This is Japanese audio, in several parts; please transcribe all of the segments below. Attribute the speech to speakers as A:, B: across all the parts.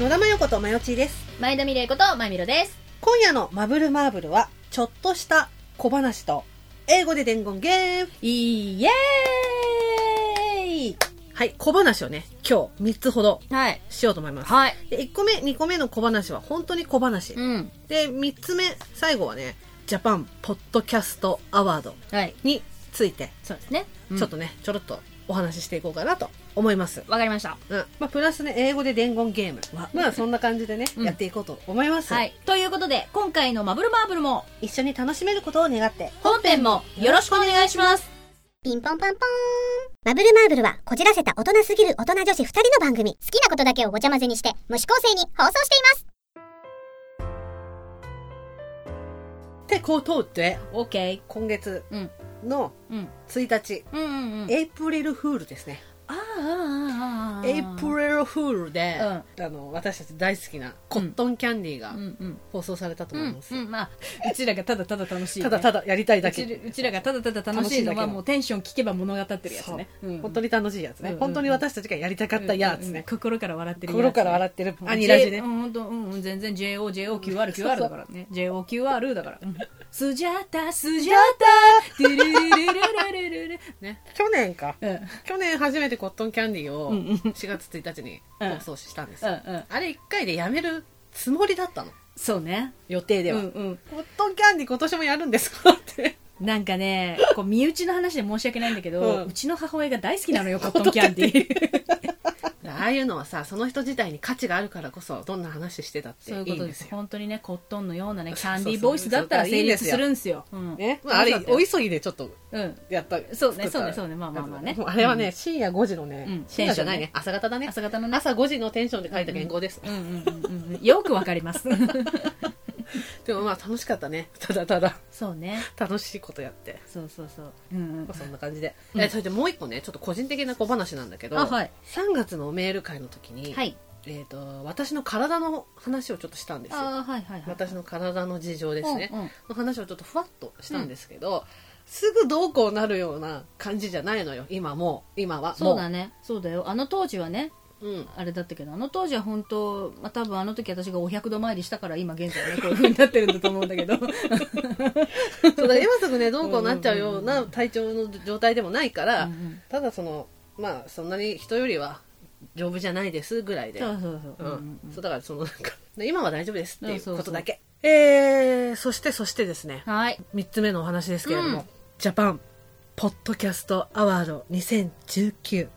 A: 野田真代子とまよちーです。
B: 前田美玲子とまみろです。
A: 今夜のマブルマーブルは、ちょっとした小話と、英語で伝言ゲーム。
B: イエーイ
A: はい、小話をね、今日3つほど
B: はい。
A: しようと思います。
B: はい。
A: で1個目、2個目の小話は本当に小話。
B: うん。
A: で、3つ目、最後はね、ジャパンポッドキャストアワード
B: はい。
A: について、
B: そうですね。
A: ちょっとね、ちょろっとお話ししていこうかなと思います。
B: うん。わかりました。
A: うん。まあ、プラスね、英語で伝言ゲームは、まあ、そんな感じでね、
B: うん
A: やっていこうと思います。
B: はい。ということで、今回のマブルマーブルも、
A: 一緒に楽しめることを願って、
B: 本編もよろしくお願いします。
C: ピンポンパンポーン。マブルマーブルは、こじらせた大人すぎる大人女子二人の番組。好きなことだけをごちゃ混ぜにして、無視構成に放送しています。
A: ってことで、
B: オッケ
A: 今月
B: ー。うん。
A: の
B: うん。
A: 1日、
B: うんうんうん。
A: エイプリルフールですね。
B: あーあーあーあー。
A: エイプリルフールで、
B: うん
A: あの、私たち大好きなコットンキャンディーが
B: うんうん。
A: 放送されたと
B: う
A: 思い
B: ん
A: ます。
B: うん。まあ、うちらがただただ楽しいね。
A: ただただやりたいだ
B: う
A: け。
B: ちらうちらがただただ楽しいのはもうテンション聞けば物語ってるやつね。
A: そう
B: うん
A: 本当に楽しいやつね、
B: うんうん
A: 本当に私たちがやりたかったやつ
B: うんうん
A: ね、
B: 心から笑ってるやつ
A: 心から笑ってるアニラジね、
B: うんほんとうんうん全然 JOJOQRQR だからね JOQR だからうんスジャタスジャタルルルルルルルル ね
A: 去年か
B: うんうん
A: 去年初めてコットンキャンディーを
B: うんうん
A: 4月1日に
B: うん
A: 放送したんですよ、
B: うん
A: あれ1回でやめるつもりだったの
B: そうね
A: 予定
B: う
A: で
B: ん
A: は、
B: うん
A: コットンキャンディー今年もやるんですかって
B: なんかねこう身内の話で申し訳ないんだけ
A: う
B: ど
A: ん
B: うちの母親が大好きなのよコットンキャンディー
A: ああいうのはさその人自体に価値があるからこそどんな話してたって
B: そういう
A: い
B: こ
A: いん
B: と
A: で
B: ですす
A: よ
B: 本当にねコットンのような
A: そ
B: ね
A: う
B: キ
A: そうそう
B: ャンディーボイスだったら成立するんすようん
A: ね、まあ、あれお急ぎでちょっと
B: うん
A: やった
B: そう
A: 作
B: ね
A: った
B: そうねそうねまあまあまあね
A: もうあれはね、深夜5時のね、
B: うん
A: 深夜じゃないね朝方だね
B: 朝方のね
A: 朝5時のテンションで書いた原稿です、
B: うんうんうんうんよくわかります
A: でもまあ楽しかったねただただ
B: そうね
A: 楽しいことやって、
B: そうそうそううん
A: まあ、そんな感じで、
B: うん
A: えそれでもう一個ねちょっと個人的な小話なんだけ
B: う
A: ど、
B: んあはい
A: 3月のメール会の時に、
B: はい
A: えー、と私の体の話をちょっとしたんですよ
B: あーはいはいはい
A: 私の体の事情ですね、
B: うんうん
A: の話をちょっとふわっとしたんですけど、すぐどうこうなるような感じじゃないのよ今もう今はも
B: そうだねそうだよあの当時はね
A: うん
B: あれだったけどあの当時は本当まあ多分あの時私がお百度参りしたから今現 在ねこういう風になってるんだと思うんだけど
A: そうだから今すぐねどうこうなっちゃうような体調の状態でもないから、
B: うんうん
A: ただそのまあそんなに人よりは丈夫じゃないですぐらいで
B: そうそうそう
A: う
B: うんうん
A: んそうだからそのなんか今は大丈夫ですっていうことだけえー、そしてそしてですね
B: はい
A: 3つ目のお話ですけれども、
B: うん
A: ジャパンポッドキャストアワード2019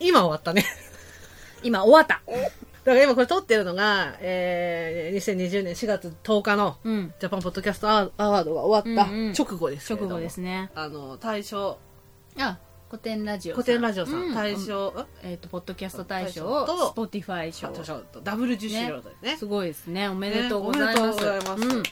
A: 今終わったね
B: 今終わった
A: だから今これ撮ってるのが、えー、2020年4月10日の
B: うん
A: ジャパンポッドキャストアワードが終わった
B: うんうん
A: 直後ですけれ
B: 直
A: ども、
B: 後ですね
A: あの大賞
B: あ古典ラジオ
A: 古典ラジオさん、
B: う
A: 大賞、ん
B: えっとポッドキャスト大賞
A: 大賞と
B: スポティファイ賞
A: 大賞とダブル受賞だよね
B: すごいですねおめでとうござい
A: ねお
B: ま
A: めでとうございますす
B: うん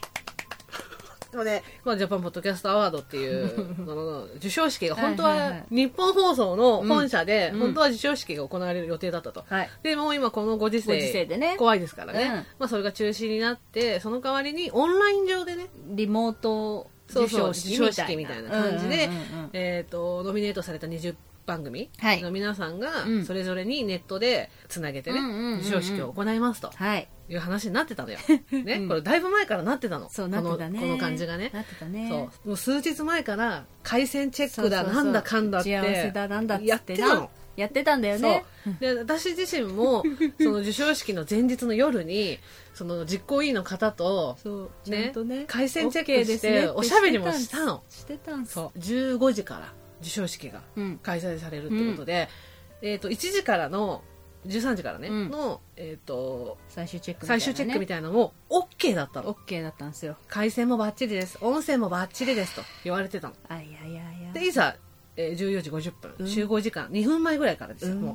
A: でもね、まあ、ジャパンポッドキャストアワードっていうその授賞式が本当
B: はいはいは
A: はい日本放送の本社で
B: うん
A: 本当は授賞式が行われる予定だったと、
B: はい
A: でもう今このご時
B: ご時世
A: 世
B: でね
A: 怖いですからね、
B: うん
A: まあ、それが中止になってその代わりにオンライン上でね
B: リモート
A: そう
B: 授
A: そう
B: 賞式み
A: 授賞
B: た
A: 式
B: い
A: み
B: な
A: たいな感じで
B: うんうんうんうん
A: えー、とノミネートされた20番組
B: はい
A: の皆さんが
B: うん
A: それぞれにネットでつなげてね、
B: うんうんうんうん
A: 授賞式を行いますと
B: はい
A: いう話になってた のよ、ね
B: うん
A: これだいぶ前からなってたの
B: そうなってたね
A: このこの感じがね
B: なってたね
A: そうもう数日前から回線チェックだ
B: そうそうそう
A: なんだかんだって
B: 打ち合わせだなんだっつってな
A: やってたの
B: やってたんだよ
A: そう
B: ね
A: で私自身 もその授賞式の前日の夜にその実行委員の方と
B: そうち
A: ね
B: ゃんとね
A: 回線チェック
B: OK ですね
A: して
B: って
A: おしゃべりもしたの
B: してたんす
A: そう15時から授賞式が
B: うん
A: 開催されるってことで、えー、と1時からの13時からね、
B: うん
A: の、えー、と
B: 最終チェック
A: 最終チェックみ
B: た
A: た
B: い
A: いなのも OK だった
B: な
A: の
B: ね OK だったんですよ
A: 回線もバッチリです音声もバッチリですと言われてたの
B: あいやいやいや
A: でいざ、えー14時50分、
B: うん
A: 集合時間2分前ぐらいからですよ、
B: うん
A: もう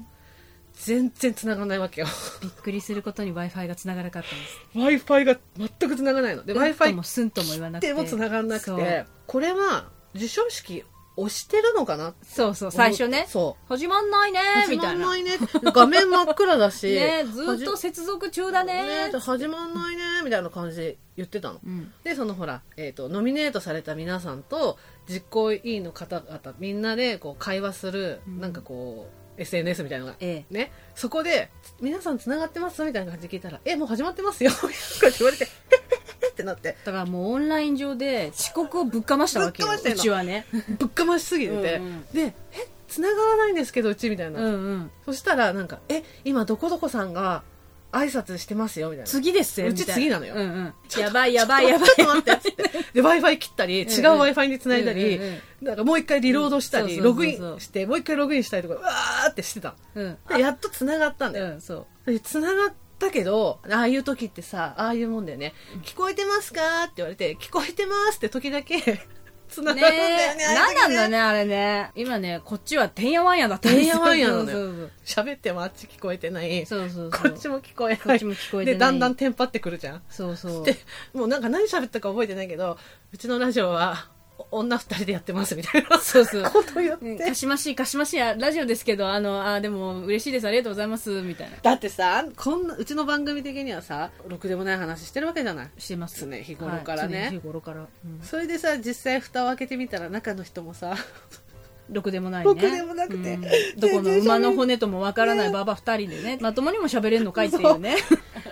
A: 全然繋がらないわけよ
B: びっくりすることに w i f i がつながなかったんです
A: w i f i が全く繋がないので w
B: う
A: i
B: ん
A: f
B: と
A: i っ
B: もすんとも言わなく
A: て
B: て
A: も繋がらなく
B: そう
A: てこれは授賞式押してるのかな
B: そうそう最初ね
A: そう
B: 始まんないね
A: 始
B: み
A: ま
B: たい
A: ん
B: な
A: な
B: ね
A: いね画面真っ暗だ し
B: ずっと接続中だ
A: だ
B: ね
A: 始まんないねみたいな感じで言ってたの
B: うん
A: でそのほら、えー、とノミネートされた皆さんと実行委員の方々みんなでこう会話する、
B: うん
A: なんかこう SNS みたいなのが、
B: え
A: ね、そこで「皆さんつながってます?」みたいな感じで聞いたら「えもう始まってますよ」みたいな感じで言われて「ってなって
B: だからもうオンライン上で遅刻をぶっかましたわけよ
A: ぶっかました
B: う
A: よな
B: ちはね
A: ぶっかましすぎて
B: うんうん
A: で「え繋がらないんですけどうち」みたいな、
B: うんうん
A: そしたらなんか「え今どこどこさんが挨拶してますよ」みたいな
B: 次ですよ
A: うち
B: みたい
A: 次なのよ
B: うんうん
A: ちょっと
B: やばいやばいやばい
A: ちょっと待ってちょっと待ってっつってで w i f i 切ったり違う
B: うん
A: w i f i に繋いだり、
B: うんうん
A: なんかもう一回リロードしたり、
B: うん
A: ログイ
B: そうそうそう
A: ン
B: そう
A: してもう一回ログインしたりとかうわーってしてた
B: うん
A: でやっと繋がったんだよ、
B: うんそう
A: で繋がったけどああいう時ってさああいうもんだよね「聞こえてますか?」って言われて「聞こえてます」って時だけ 繋がるん
B: ね
A: だよね
B: え
A: ああいう
B: 何
A: 時
B: なんだねあれね今ねこっちはてんやわんやだったんですよ
A: てんやわんやなのよ
B: そう
A: 喋ってもあっち聞こえてない
B: そうそう
A: こ
B: そう
A: っちも聞こえない
B: こっちも聞こえて
A: で
B: ない
A: だんだんテンパってくるじゃん
B: そうそう
A: でもうなんか何喋ったか覚えてないけどうちのラジオはお女二人でやってますみたいな
B: そうそう
A: こと言っ
B: うん
A: て
B: かしましいかしましいあラジオですけどあのあでも嬉しいですありがとうございますみたいな
A: だってさこんなうちの番組的にはさろくでもない話してるわけじゃない
B: してます
A: 常日頃からね
B: はい常日頃からうん
A: それでさ実際蓋を開けてみたら中の人もさ
B: ろくでもないね
A: ろくでもなくて
B: うん
A: 全
B: ど
A: 然
B: この馬の骨ともわからないババ二人でねまともにも喋れんのかいっていうね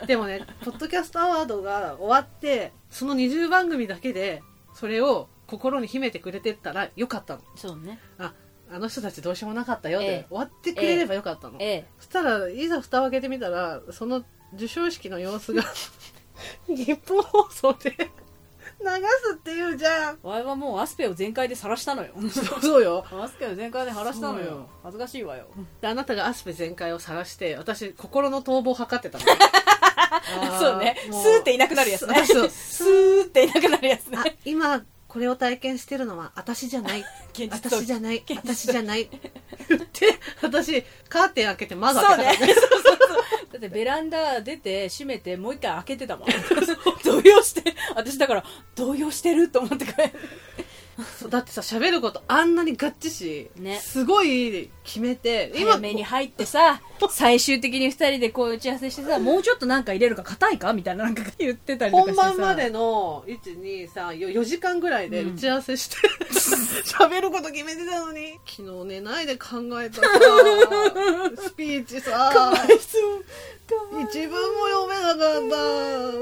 A: でもね、ポッドキャストアワードが終わって、その20番組だけで、それを心に秘めてくれてったらよかったの。
B: そうね
A: あ、あの人たちどうしようもなかったよって、
B: ええ
A: 終わってくれればよかったの。
B: え
A: そしたら、いざ蓋を開けてみたら、その授賞式の様 子が、日本放送で流すっていうじゃん。
B: わいはもうアスペを全開で晒したのよ
A: そうそうよ。
B: アスペを全開で晒したの
A: そう
B: よ
A: よ
B: 恥ずかしいわよ
A: であなたがアスペ全開を晒して、私、心の逃亡を測ってたの。あー
B: そうね
A: も
B: スーっていなくなるやつね
A: そうそう
B: スーっていなくなるやつ
A: あ
B: ね
A: 今これを体験してるのは私じゃ ない
B: 現実逃避
A: 私じゃない
B: 現実逃避
A: 私じゃない言って私カーテン開けて窓
B: そう
A: 開けた
B: ね
A: か
B: そうそうそうだってベランダ出て閉めてもう一回開け てたもん 動揺して私だから動揺してると思って帰る
A: らそうだってさ喋ることあんなにガッチし、
B: ね
A: すごい決めて
B: 今目に入ってさ最終的に2人でこう打ち合わせしてさもうちょっとなんか入れるか硬いかみたいななんか言ってたりとか
A: 本
B: してさ
A: 番までの12344時間ぐらいで
B: う
A: 打
B: ん
A: ち合わせして 喋、ること決めてたのに昨日寝ないで考え たさスピーチさ
B: かわいそうかわい
A: 自分も読めなかっ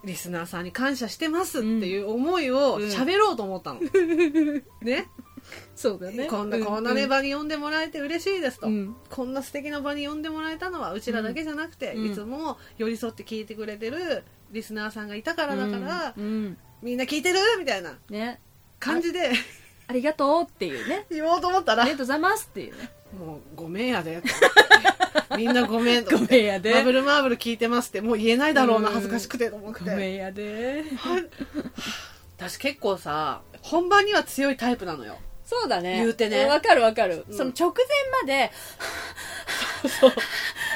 A: たリスナーさんに感謝してますっていう思いを喋ろうと思 ったの、ね
B: そうだね
A: こんなこんなね場に呼んでもらえて嬉しいですと、
B: うん
A: こんな素敵な場に呼んでもらえたのはうちらだけじゃなくて、
B: うん
A: いつも寄り添って聞いてくれてるリスナーさんがいたからだから、
B: うんうん
A: みんな聞いてるみたいな
B: ね
A: 感じで
B: ありがとうっていうね
A: 言おうと思った
B: あ
A: ら
B: りがとうございますっていうね
A: もうごめんやで みんなごめんと思って
B: ごめんやで
A: マブルマーブル聞いてますってもう言えないだろうな恥ずかしくてと思って
B: ごめんやで
A: 私結構さ本番には強いタイプなのよ
B: そうだね
A: 言うてね
B: んわかるわかる、
A: うん
B: その直前ま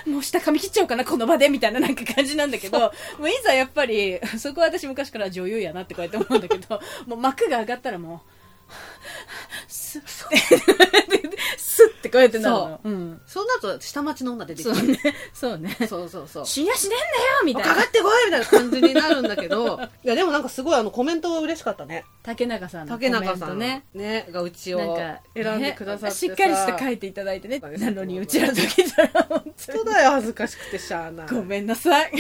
B: でもう下噛み切っちゃおうかなこの場でみたいななんか感じなんだけどもういざやっぱりそこは私昔から女優やなってこうやって思うんだけどもう幕が上がったらもうス ッてスッてこうやってなるのようん、
A: そうなると下町の女出てき
B: そう
A: て
B: ねそうね
A: そうそうそう
B: 死にゃしねえんだよみたい
A: か
B: な
A: かってこいみたいな感じになるんだけど いやでもなんかすごいあのコメントが嬉しかったね
B: 竹中さんのコメ
A: 竹
B: ント
A: 中さん
B: ね
A: がうち
B: なん
A: を
B: か
A: 選んでくださってさ、
B: ねしっかりした書いていただいてね
A: そうです
B: なのにうちらだけじゃ本当
A: 人だよ恥ずかしくてしゃあない
B: にごめんなさい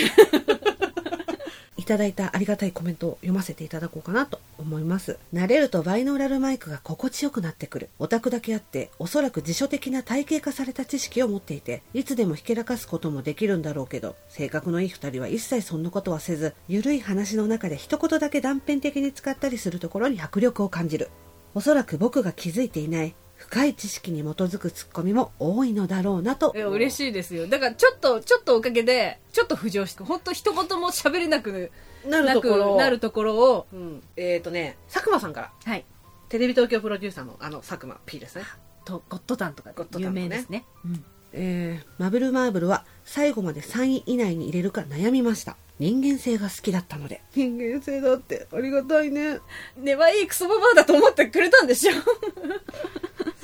A: いただいたありがたいコメントを読ませていただこうかなと思います。慣れるとバイノーラルマイクが心地よくなってくる。オタクだけあって、おそらく辞書的な体系化された知識を持っていて、いつでもひけらかすこともできるんだろうけど、性格のいい二人は一切そんなことはせず、ゆるい話の中で一言だけ断片的に使ったりするところに迫力を感じる。おそらく僕が気づいていない、深い知識に基づくツッコミも多いのだろうなと。
B: いや嬉
A: い。
B: しいですよだからちょっとちょっとおかげでちょっと浮上して本当一言も喋れなく
A: なるところ。
B: なくなるところを
A: うん。えっ、とね、佐久間さんから。
B: はい
A: テレビ東京プロデューサーのあの佐久間 P ですね。
B: とゴッドタンとか
A: ゴッドタン
B: 有
A: のね
B: 名ですねうん
D: えーマブルマーブルは最後まで3位以内に入れるか悩みました人間性が好きだったので
A: 人間性だってありがたいね。
B: ねはいいクソババアだと思ってくれたんでしょ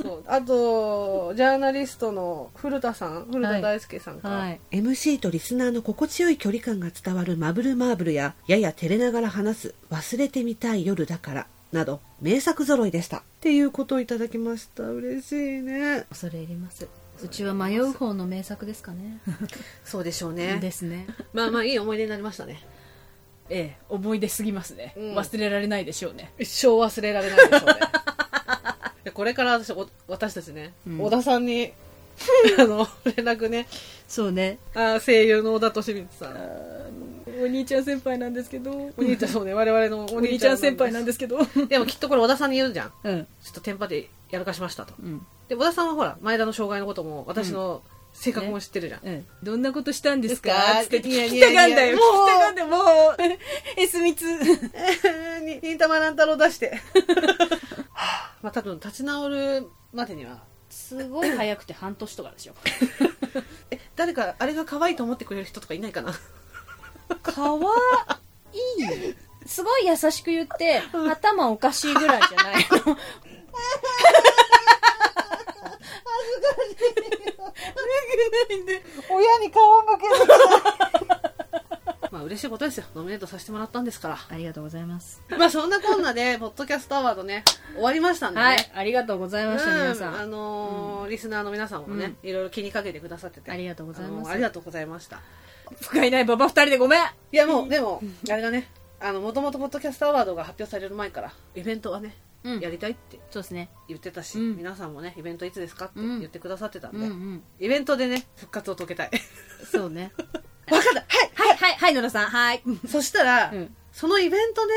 A: そう。あと、ジャーナリストの古田さん、古田大輔さんから、
B: はい
D: MC とリスナーの心地よい距離感が伝わるマブルマーブルややや照れながら話す忘れてみたい夜だからなど名作揃いでした
A: っていうことをいただきました。嬉しいね。
B: 恐れ入りますうちは迷う方の名作ですかね。
A: そうでしょうね
B: ですね。
A: まあまあいい思い出になりましたね
B: ええ、思い出すぎますね。
A: うん
B: 忘れられないでしょうね。
A: 一生忘れられないでしょうねでこれから私お私たちね、
B: うん
A: 小田さんにあの連絡ね
B: そうね。
A: あー声優の小田敏光さん
B: お兄ちゃん先輩なんですけど。
A: お兄ちゃんそうね我々の
B: お
A: お
B: 兄ちゃん先輩なん
A: で
B: ですけど。
A: でもきっとこれ小田さんに言うじゃんちょ
B: うん。
A: っとテンパでやらかしましたと
B: うん。
A: で小田さんはほら前田の障害のことも私の性格も知ってるじゃん、
B: うん。どんなことしたんですか
A: ですか
B: つって
A: いやいや
B: 聞
A: い
B: き
A: や
B: たがんだよ。聞
A: もう
B: きたがんだよ。もう、 え、すみつ。
A: に忍たま乱太郎出して、 はあまあ多分立ち直るまでには
B: すごい早くて半年とかでしょ。
A: え誰かあれが可愛いと思ってくれる人とかいないかな
B: かわいい。すごい優しく言って、頭おかしいぐらいじゃ ないの。
A: 親に顔向けるまあ嬉しいことですよノミネートさせてもらったんですか
B: ありがとうございます。
A: らまあそんなこんなでポッドキャストアワードね終わりましたんでね、
B: はい、ありがとうございました、皆さ
A: うんあ
B: ん。
A: のーリスナーの皆さんもね、いろいろ気にかけてくださってて
B: ありがとうございます
A: あのーありがとうございました
B: 不甲斐ないババ二人でごめん。
A: いやもうでもあれだねあのもともとポッドキャストアワードが発表される前からイベントはね、
B: うん
A: やりたいって
B: そうですね。
A: 言ってたし、
B: うん
A: 皆さんもねイベントいつですかって
B: うん
A: 言ってくださってたん
B: う
A: で、
B: んうん。
A: イベントでね復活を遂げたい
B: そう ね。
A: わかったはい
B: はい、はい、はい、野田さん。はい。
A: そしたら、
B: うん
A: そのイベントで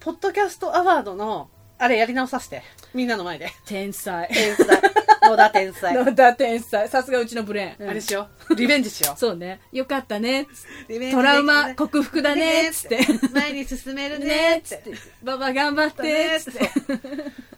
A: ポッドキャストアワードのあれやり直させてみんなの前で
B: 天才。
A: 天才野田天才
B: 野田天才。さすがうちのブレーン。
A: あれしようリベンジしよ
B: そうね。よかったね。
A: うリベンジできたね
B: トラウマ克服だね。つって。
A: 前に進めるね
B: ね
A: っ
B: つってて。ババ頑張って。つって。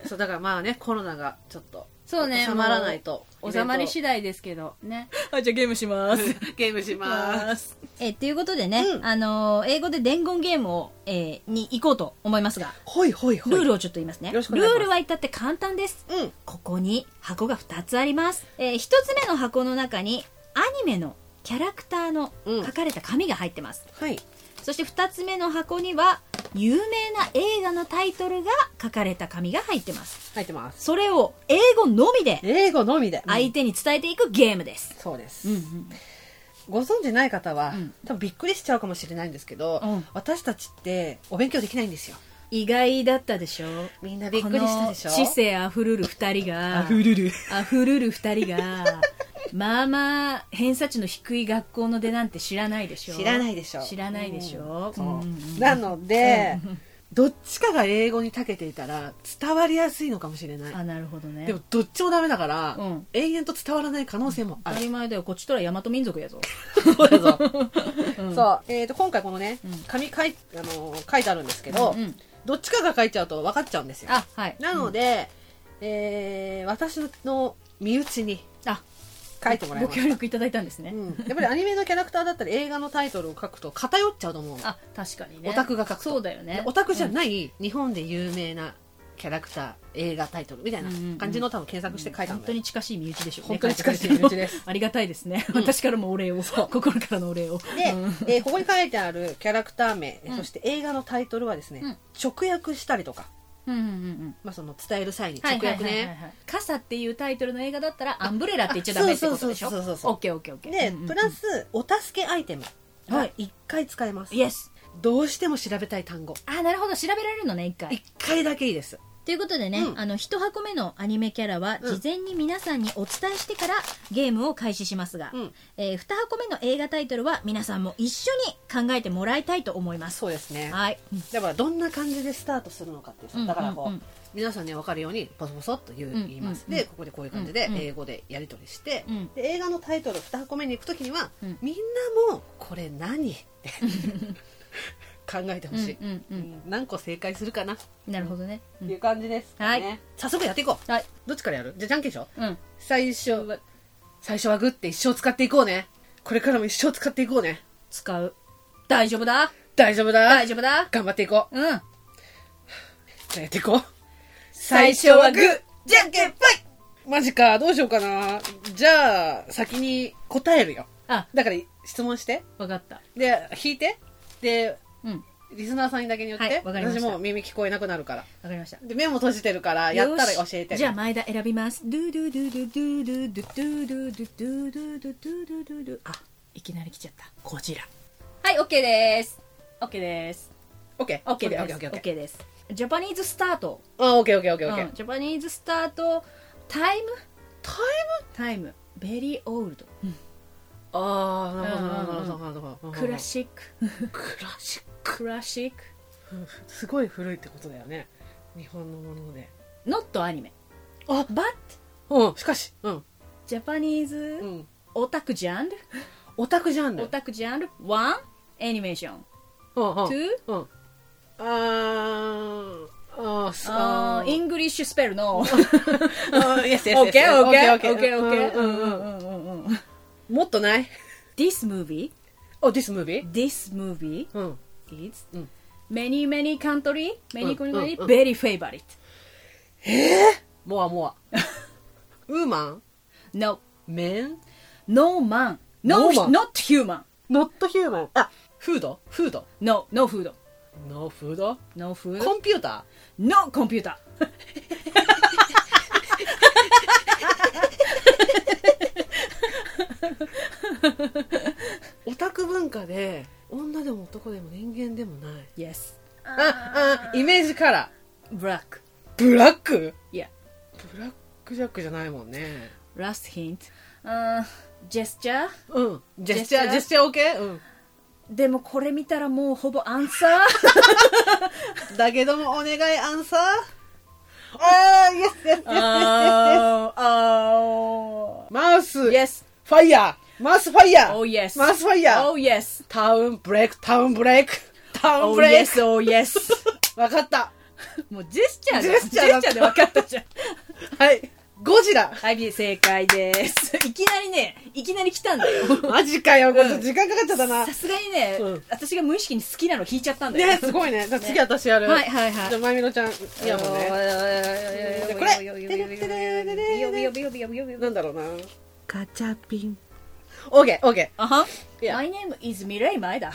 A: そうだからまあねコロナがちょっと
B: そうね。
A: 収まらないと
B: もう収まり次第ですけど。ね。はい、じゃあゲームします。
A: ゲームします
B: す。え、ということでね、
A: うん
B: あのー、英語で伝言ゲームを、えーに行こうと思いますが、
A: ほいほいほ
B: ルー
A: ル
B: ルをちょっと言いますね。
A: よ
B: ル
A: ろしくお願いします
B: ールは言ったって簡単です。
A: うん
B: ここに箱が2つあります。えー、1つ目の箱の中に、アニメのキャラクターの
A: うん
B: 書かれた紙が入ってます。
A: はい
B: そして2つ目の箱には、有名な映画のタイトルが書かれた紙が入ってます。
A: 入ってます
B: それを英語のみで
A: 英語のみで
B: 相手に伝えていくゲームです。
A: そうです、
B: うん
A: ご存知ない方は、
B: うん
A: 多分びっくりしちゃうかもしれないんですけど、
B: うん
A: 私たちってお勉強できないんですよ
B: 意外だったでしょ
A: みんなびっくりしたでしょ
B: この知性あふるる二人が
A: るる
B: あふるる二人がまあまあ偏差値の低い学校の出なんて知らないでしょ
A: 知らないでしょ
B: 知らないでしょ、
A: そう
B: うんうん
A: なので、どっちかが英語に長けていたら伝わりやすいのかもしれない
B: あなるほどね
A: でもどっちもダメだから、
B: うん
A: 永遠と伝わらない可能性もあ
B: 当た
A: る、
B: り前だよこっちとら大和民族やぞ、
A: そうだぞ
B: うん
A: そう、えー、と今回このね
B: うん
A: 紙書い,、あのー書いてあるんですけど、
B: うんうん
A: どっちかが書いちゃうと分かっちゃうんですよ
B: あはい
A: なので、えー私の身内に
B: うんあ
A: 書いてもらい
B: ご
A: ま
B: 協
A: した
B: 力いただいたんですね、
A: うん、やっぱりアニメのキャラクターだったり映画のタイトルを書くと偏っちゃうと思うの
B: あ確かにね
A: オタクが書くと
B: そうだよね
A: オタクじゃ
B: い、
A: ない日本で有名なキャラクター映画タイトルみたいな感じの多分検索して書いたん
B: 本
A: だ
B: 当
A: よ、
B: に近しい身内でしょうね
A: 本当に近しい身内です
B: ありがたいですね、私からもお礼を心からのお礼を
A: で、
B: うん
A: えーここに書いてあるキャラクター名、そして映画のタイトルはですね、
B: うん
A: 直訳したりとか、
B: うんうんうん
A: まあ、その伝える際に直訳ね、
B: 傘っていうタイトルの映画だったらアンブレラって言っちゃダメってことでしょ
A: そうそうそうそうそう
B: オッケーオッケーオッケー
A: で、
B: うんうんうん
A: プラスお助けアイテム
B: は
A: はい1回使えます、
B: イエス
A: どうしても調べたい単語
B: あなるほど調べられるのね一回
A: 1回だけいいです
B: ということでね、
A: うん
B: あの1箱目のアニメキャラは
A: うん
B: 事前に皆さんにお伝えしてからゲームを開始しますが、
A: うん
B: えー、2箱目の映画タイトルは皆さんも一緒に考えてもらいたいと思います
A: そうですね
B: はい、
A: だからどんな感じでスタートするのかっていうさ
B: うん
A: だからこう、
B: うんうん
A: 皆さんに分かるようにポソポソっと言う、
B: うん
A: 言います
B: うん
A: でここでこういう感じで
B: うん
A: 英語でやり取りして、
B: うん
A: で映画のタイトル2箱目に行く時には、
B: うん
A: みんなも「これ何?」って 考えてほしい、
B: うんうんうん
A: うん何個正解するかなっ
B: なるほどね、う
A: てい
B: ん
A: う感じですかね、
B: はい
A: 早速やっていこう
B: はい、
A: どっちからやるじゃあじゃんけんしよう
B: うん、
A: 最初は最初はグって一生使っていこうねこれからも一生使っていこうね
B: 使う大丈夫だ
A: 大丈夫だ
B: 大丈夫だ
A: 頑張っていこう
B: うん
A: じゃあやっていこう
B: 最初はグー
A: じゃんけんぽいマジかどうしようかなじゃあ先に答えるよ
B: あ
A: だから質問して
B: わかった
A: で引いてで
B: うん
A: リスナーさんにだけに言って、
B: はいわかりまし
A: 私
B: た
A: もう耳聞こえなくなるから
B: わかりました
A: で目も閉じてるからやったら教え
B: よ
A: て
B: しじゃあ前田選びますドゥドゥドゥドゥドゥドゥドゥドゥドゥドゥドゥドゥドゥドゥドゥあいきなり来ちゃったこちらはい OK ですオッケーです
A: OK ケー
B: OK です OK ですジャパニーズスタート
A: OKOKOKOK
B: うんジャパニーズスタートタイムタイムタイムベリーオールド
A: ああなるほどなるほどなるほど
B: クラシック
A: クラシッ
B: クラシック
A: クすごい古いってことだよね日本のもので
B: ノットアニメ
A: あ
B: But
A: うんしかしうん
B: ジャパニー
A: う
B: ズ
A: ん
B: オタクジャンル
A: オタクジャンル
B: オタクジャンル1アニメーション
A: うんうん
B: 2
A: うんあーあーす
B: あ
A: あ
B: ーイ
A: ン
B: ングリッシュスペルの
A: イエスイエ
B: オッケーオッケーオッケーオッケーオッケー
A: うんうんうんもっとない
B: This movie
A: お This movie?
B: This movie
A: うん
B: is
A: うん
B: many many country many
A: うん
B: country
A: うんうん
B: very favorite
A: モアモ アウーマン
B: No
A: メン
B: No man
A: No
B: No
A: man
B: not human
A: ノットヒューマンあフードフード
B: No no food
A: ノーフード
B: No food
A: コンピュータ
B: No computer
A: ーオタク文化で女でも男でも人間でもない
B: Yes
A: ああイメージカラ
B: Black
A: ーブラック
B: Yeah
A: ブラックジャックじゃないもんね
B: Last hint うんジェスチャー
A: うんジェスチ
B: ジェスチャ
A: ャ
B: ー
A: ージェスチャー OK? うん
B: でもこれ見たらもうほぼアンサ ー
A: だけどもお願いアンサーああイエスイエスイエスイエスイエス
B: ああ
A: マウス
B: Yes
A: ファイヤーマウスファイヤー
B: Oh yes
A: マウスファイヤー
B: Oh yes
A: タウンブレイクタウンブレイクタウン
B: Oh
A: ブレイク
B: yes Oh yes
A: わかった
B: もうジェスチャーで
A: ジェスチャーだった
B: ジで分かったじゃん
A: はいゴジラ
B: はい正解です いきなりねいきなり来たんだよ
A: マジかよこ
B: う
A: れ
B: ん
A: 時間かかっちゃったな
B: さすがにね、
A: うん
B: 私が無意識に好きなの聞いちゃったんだよ
A: ねすごいねじゃあ次私やる
B: はいはいはい
A: じゃあまみろちゃんイヤホンねこれなんだろうな
E: ガチャピン
A: OK OK
B: あは
A: Yeah.
B: My name is ミレイ・マ イだ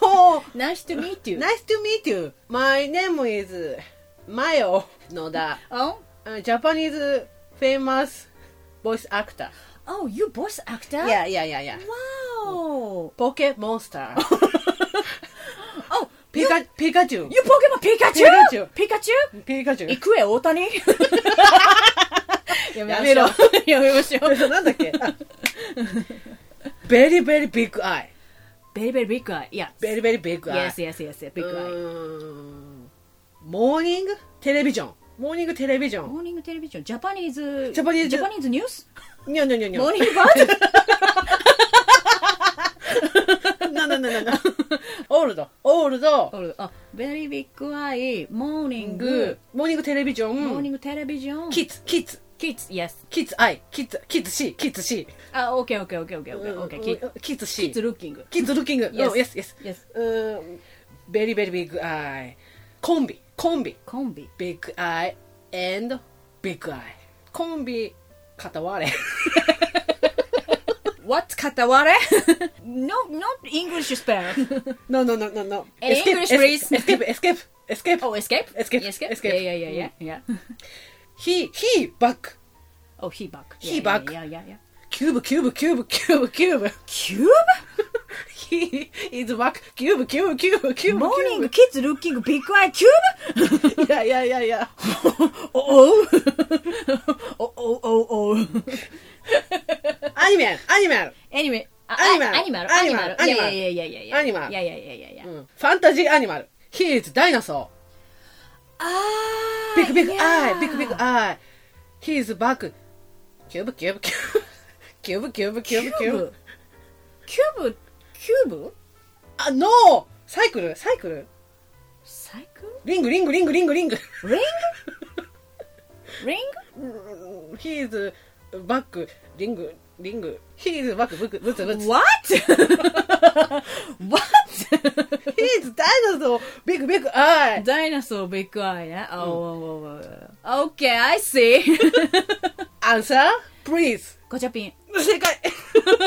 A: Oh
B: Nice to meet you
A: Nice to meet you. My name is Mayo Noda,
B: あ
A: a Japanese famous voice actor.
B: Oh, you voice actor?
A: Yeah, yeah, yeah, yeah.
B: Wow.
A: Poke Monster.
B: Oh, you,
A: Pika- Pikachu.
B: you Pokemon Pikachu?
A: Pikachu. Pikachu.
B: Pikachu? 行くえ、大谷 や
A: やめろ。
B: やめましょう。
A: なんだっけ Very, very big eye.
B: Very, very big eye. Yeah.
A: Very, very big eye.
B: Yes, yes, yes, yes. Big eye.
A: モーニングテレビジョン。モーニングテレビジョン。
B: モーニングテレビジョン、ジャパニーズ、
A: ジャパニーズ
B: ジャパニーズニュース
A: にゃにゃにゃにゃ。
B: モーニ ングバーズ
A: ななななな。オールド。オールド。
B: あ、very big eye, モーニング、
A: モーニングテレビジョ
B: モーニ
A: ン。
B: ングテレビジョン、
A: キッズ、キッズ。
B: キッズ、yes.
A: キッズアイ、キッズ、キッズシー、キッズシ
B: あ、OK, OK, OK, OK,
A: ー。
B: OK, OK, キッズ、
A: キッズシ
B: キッズ
A: ー。
B: ルッキング。
A: キッズルッキング。
B: Yes.
A: イエスイエス。
B: Yes.
A: うーん。ベリーベリービッグアイ。コンビ、コンビ。
B: コンビ。
A: ビッグアイ、エンド、ビッグアイ。コンビ、片割れ。
B: What 片割れ ?No, not English spell.
A: No, no, no, no, no.
B: In English, please.
A: escape, escape, escape.
B: Oh, escape?
A: Escape,
B: Escape?
A: escape.
B: Yeah, yeah, yeah, yeah. yeah.
A: He, he, back.
B: Oh, he back.
A: He
B: Yeah,
A: back.
B: Yeah, yeah, yeah.
A: キューブ、キューブ、キューブ、キューブ、キューブ。
B: キューブ
A: He is back. キューブ、キューブ、キューブ、キューブ。
B: モーニング、キッズ、ルッキング、ビッグアイ、キュ ーブ
A: いやいやいやいや。
B: お おうおお おおう
A: アニメ、アニメ。
B: アニメ、あ
A: アニマル
B: あアニマル、
A: アニマル
B: アニマル。いやいやいやいやいや。
A: アニマル
B: いやいやいやいやいや。
A: うんファンタジーアニマル。He is dinosaur.
B: あー。
A: ビッグビッグ
B: い
A: ア
B: や
A: イ、
B: ー
A: ビッグビッグアイ。He is back. キューブ キューブキューブ。キューブキューブキューブキ
B: キ
A: ュー
B: ュー
A: ブ
B: ブ。キューブキューブ
A: あ、ノーサイクルサイクル
B: サイク
A: リングリングリングリングリング。
B: ルリングリン
A: He is back. リングリング。He is back. ブツブツブツ。
B: グ ?What? What?
A: He is dinosaur. ビッグビッグアイ。
B: ダイナソービッグアイね。あおおおお。OK, I see.
A: アンサー ?Please.
B: ガチャピン。
A: 正解。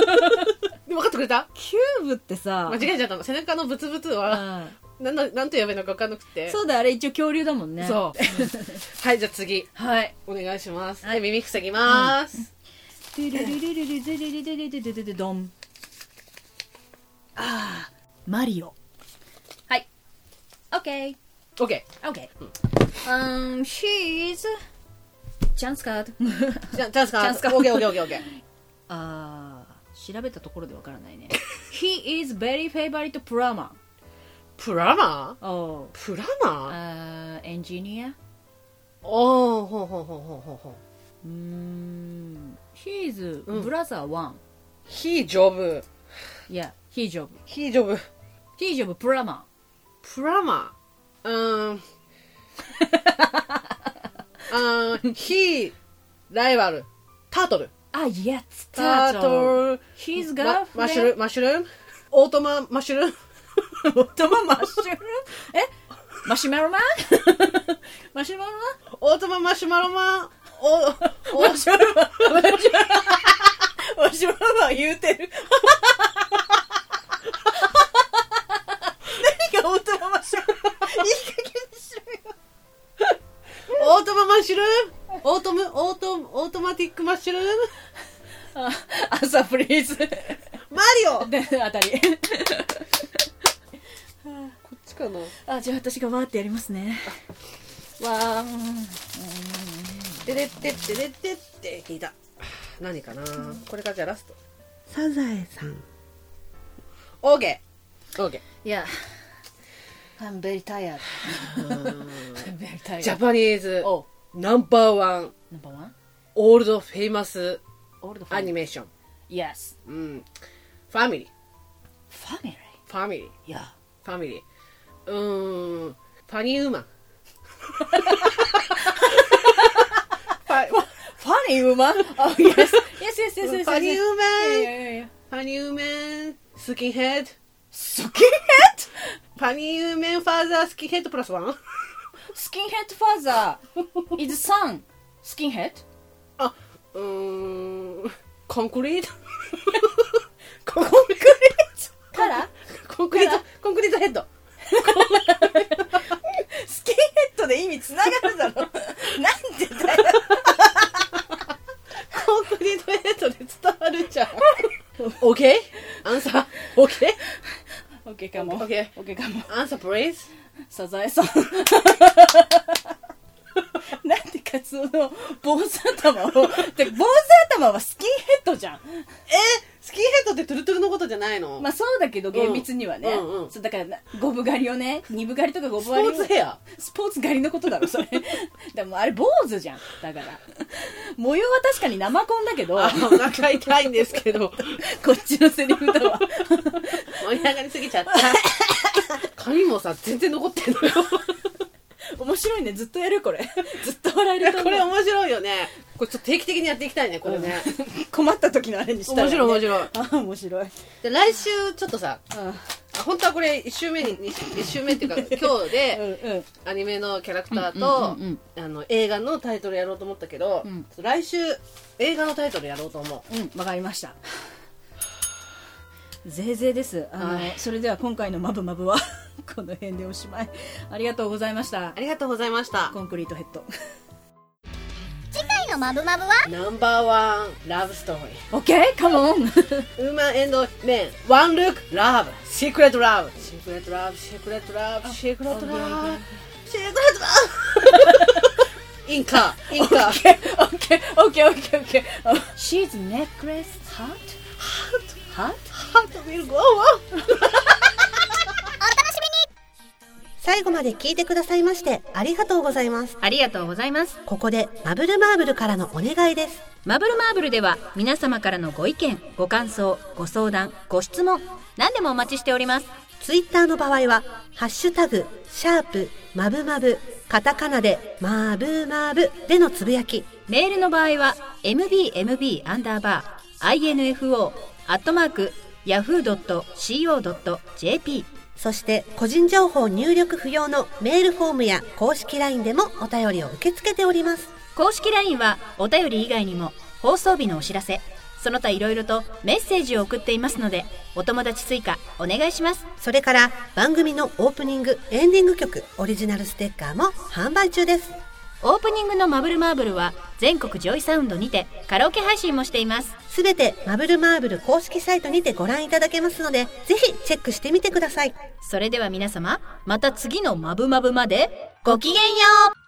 A: でも分かってくれた
B: キューブってさ
A: 間、違えちゃったの。背中のブツブツ
B: う
A: は
B: ん
A: なんだなんて呼べばいいのか分かんなくて
B: そうだあれ一応恐竜だもんね
A: そう はいじゃあ次
B: はい
A: お願いします、で耳塞ぎます、
B: ドゥルルルルルズルルルルルルルルドンあーマリオはいオッケー
A: OK
B: オッケーうんシーズチャンスカード
A: じゃあチャンスか
B: チャンスか
A: OKOKOKOK
B: あー調べたところでわからないね He is very favorite plumber
A: プラマー
B: oh
A: プラマー
B: uh, engineer
A: おおほうほうほうほうほうほう
B: うーん He is
A: うん
B: brother one
A: 非丈夫
B: yeah he job
A: 非丈夫
B: he job plumber
A: プラマ ーうーんうーん非ライバルタートル
B: あ、いや、ツ
A: ター
B: タ
A: ト
B: ート
A: ル
B: His
A: マ
B: girlfriend
A: マッシュ ルマッシュルームオートママッシュルーム
B: ル。トママッシュルームえマシュマロ マンマシュマロ
A: オートママッシュマロマ ンおお
B: マンマシュマロマン マシュマロマンマシュマロマン言うてる。 何がオートママッシュマロマンいい加減にしろよ。
A: オートママッシュルームオートムオートオートマティックマッシュルーム
B: あ朝プリーズ。
A: マリオ
B: で、当たり。
A: こっちかな
B: あ、じゃあ私がわーってやりますね。わー。
A: ででってってでってって聞いた何かなこれがじゃあラスト
E: サザエさん
A: OKOK、OK
B: いや、I'm very tired. I'm very tired.
A: ジャパニーズ
B: お
A: ナンバーワン
B: ナンバーワン
A: オールドフェイマス
B: オールドフ
A: ア
B: ァミ
A: ニ
B: リ
A: メーション、
B: ー。Yes.
A: うん、ファミリー
B: ファミリー
A: ファミリー
B: いや。
A: ファミリーうーんパニーウーマンパ
B: ファニーウー マンあ、イエス。イエスイエスイエスイエス。
A: パニーウー
B: い
A: マン
B: やいやいや。
A: パニーウーマンスキンヘッド
B: スキンヘッ
A: パニーウーマンファーザースキンヘッドプラスワン
B: ドスキンヘッドファーザー is son スキンヘッ
A: あうーんコンクリー トコンクリー
B: ド から
A: トコンクリートコンクリートヘッド
B: スキンヘッドで意味つながるだ ろ。なんでだよ。
A: コンクリートヘッドで伝わるじゃん OK? アンサー OK?
B: オッケーかも。
A: オッケ
B: ー。オッケーか も。
A: アンサープレイズ
B: サザエさん。 なんでカツオの坊主頭 を。で坊主頭はスキンヘッドじゃん。
A: えスキンヘッドってトゥルトゥルのことじゃないの、
B: まあそうだけど厳密にはね、
A: うんうんうん
B: そうだからなゴブ狩りをね二部狩りとかゴ
A: ス
B: ブ
A: ポ
B: 狩り
A: ーツ
B: を
A: ヘア
B: スポーツ狩りのことだろそれ でもあれ坊主じゃんだから模様は確かに生コンだけど
A: あお腹痛いんですけど
B: こっちのセリフだわ
A: 盛り上がりすぎちゃった 髪もさ全然残ってんのよ
B: 面白いねずっとやるこれずっと笑えると思 う
A: これ面白いよねこれちょっと定期的にやっていきたいねこれね、
B: 困った時のあれにしたら、
A: 面
B: ね、
A: 白い面白い
B: あ面白い、
A: で来週ちょっとさ
B: う
A: あ本当はこれ1週目にに一週目って いうか今日
B: ん、う
A: で
B: んうん
A: アニメのキャラクターと、
B: うんうんうん
A: あの映画のタイトルやろうと思ったけど、
B: うん
A: 来週映画のタイトルやろうと思
B: うんわかりましたぜいぜいですあの、
A: はい
B: それでは今回の「まぶまぶ」は この辺でおしまいありがとうございました
A: うありがとうございました
B: コンクリートヘッド
C: 次回のマブマブは
A: ナンバーワンラブストーリ
B: OK? カモン
A: ーウーマンエンドメンワンルックラブシークレットラブシークレットラブシークレットラブシークレットラブシークレットラ ブインカインカ
B: OK, OK, OK, OK. She's necklace heart? Heart?
A: ハートビルゴー
E: 最後まで聞いてくださいましてありがとうございます
F: ありがとうございます。
E: ここでマブルマーブルからのお願いです
F: マブルマーブルでは皆様からのご意見、ご感想、ご相談、ご質問、何でもお待ちしております。
E: ツイッターの場合は、ハッシュタグ、シャープ、マブマブ、カタカナで、マブマブでのつぶやき、
F: メールの場合は mbmb アンダーバー info アットマーク yahoo.co.jp
E: そして個人情報入力不要のメールフォームや公式 LINE でもお便りを受け付けております。
F: 公式 LINE はお便り以外にも放送日のお知らせその他いろいろとメッセージを送っていますのでお友達追加お願いします
E: それから番組のオープニングエンディング曲オリジナルステッカーも販売中です
F: オープニングの「マブルマーブル」は全国ジョイサウンドにてカラオケ配信もしています
E: すべてマブルマーブル公式サイトにてご覧いただけますのでぜひチェックしてみてください
F: それでは皆様また次の「マブマブ」までごきげんよう